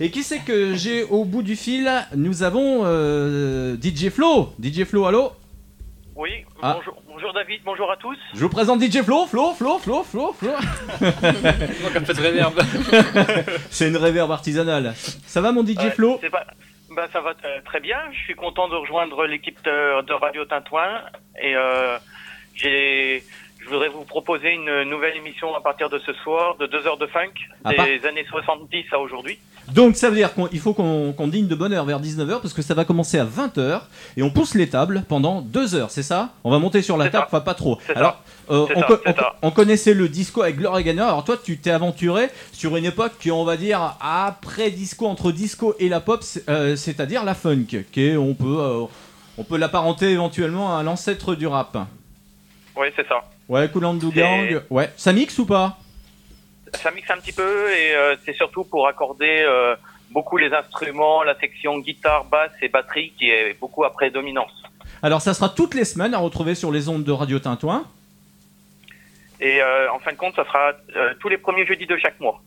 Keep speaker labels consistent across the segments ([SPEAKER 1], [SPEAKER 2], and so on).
[SPEAKER 1] Et qui c'est que j'ai au bout du fil Nous avons euh, DJ Flo. DJ Flo, allô
[SPEAKER 2] Oui,
[SPEAKER 1] Ah.
[SPEAKER 2] bonjour, bonjour David, bonjour à tous.
[SPEAKER 1] Je vous présente DJ Flo, Flo, Flo, Flo, Flo, Flo.
[SPEAKER 3] Comme cette réverbe.
[SPEAKER 2] Euh,
[SPEAKER 1] c'est une réverbe artisanale. Ça va mon DJ
[SPEAKER 2] Ouais,
[SPEAKER 1] Flo
[SPEAKER 2] c'est pas- bah, ça va euh, très bien. Je suis content de rejoindre l'équipe de, de Radio Tintouin et euh, j'ai. Je voudrais vous proposer une nouvelle émission à partir de ce soir, de 2 heures de funk,
[SPEAKER 1] Ah, par-
[SPEAKER 2] des années 70 à aujourd'hui.
[SPEAKER 1] Donc ça veut dire qu'il faut qu'on qu'on dîne de bonne heure vers 19h parce que ça va commencer à 20h et on pousse les tables pendant 2 heures, c'est ça On va monter sur la
[SPEAKER 2] C'est
[SPEAKER 1] table,
[SPEAKER 2] ça.
[SPEAKER 1] enfin pas trop.
[SPEAKER 2] C'est ça.
[SPEAKER 1] Alors euh,
[SPEAKER 2] C'est
[SPEAKER 1] on,
[SPEAKER 2] ça,
[SPEAKER 1] co-
[SPEAKER 2] c'est
[SPEAKER 1] on co-
[SPEAKER 2] ça.
[SPEAKER 1] on connaissait le disco avec Gloria Gaynor. Alors toi tu t'es aventuré sur une époque qui est, on va dire après disco entre disco et la pop, c'est- euh, c'est-à-dire la funk, qui est, on peut euh, on peut l'apparenter éventuellement à l'ancêtre du rap.
[SPEAKER 2] Oui, c'est ça.
[SPEAKER 1] Ouais, Koulandou Gang. Ouais, ça mixe ou pas
[SPEAKER 2] Ça mixe un petit peu et euh, c'est surtout pour accorder euh, beaucoup les instruments, la section guitare, basse et batterie qui est beaucoup à prédominance.
[SPEAKER 1] Alors ça sera toutes les semaines à retrouver sur les ondes de Radio Tintouin.
[SPEAKER 2] Et euh, en fin de compte, ça sera euh, tous les premiers jeudis de chaque mois,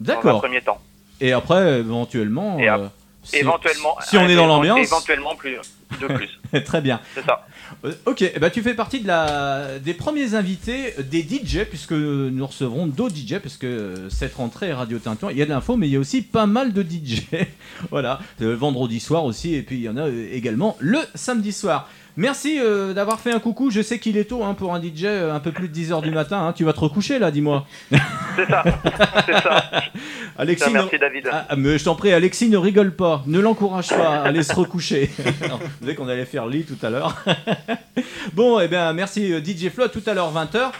[SPEAKER 2] dans un
[SPEAKER 1] D'accord.
[SPEAKER 2] premier temps.
[SPEAKER 1] Et après, éventuellement.
[SPEAKER 2] Et ap-
[SPEAKER 1] euh, si-
[SPEAKER 2] éventuellement.
[SPEAKER 1] si on est dans l'ambiance.
[SPEAKER 2] Éventuellement plus de plus,
[SPEAKER 1] Très bien.
[SPEAKER 2] c'est ça.
[SPEAKER 1] Euh, ok, eh ben, tu fais partie de la... des premiers invités euh, des DJ, puisque nous recevrons d'autres DJ, parce que euh, cette rentrée est Radio Tinton, il y a de l'info, mais il y a aussi pas mal de DJ. voilà, le vendredi soir aussi, et puis il y en a euh, également le samedi soir. Merci euh, d'avoir fait un coucou, je sais qu'il est tôt hein, pour un DJ, euh, un peu plus de 10h du matin, hein. tu vas te recoucher là, dis-moi.
[SPEAKER 2] C'est ça, c'est ça.
[SPEAKER 1] Alexis, non-
[SPEAKER 2] Merci David.
[SPEAKER 1] Ah, ah, mais je t'en prie, Alexis, ne rigole pas, ne l'encourage pas à aller se recoucher. Non, Vous savez qu'on allait faire le lit tout à l'heure. bon, eh bien, merci euh, DJ Flo, à tout à l'heure 20h.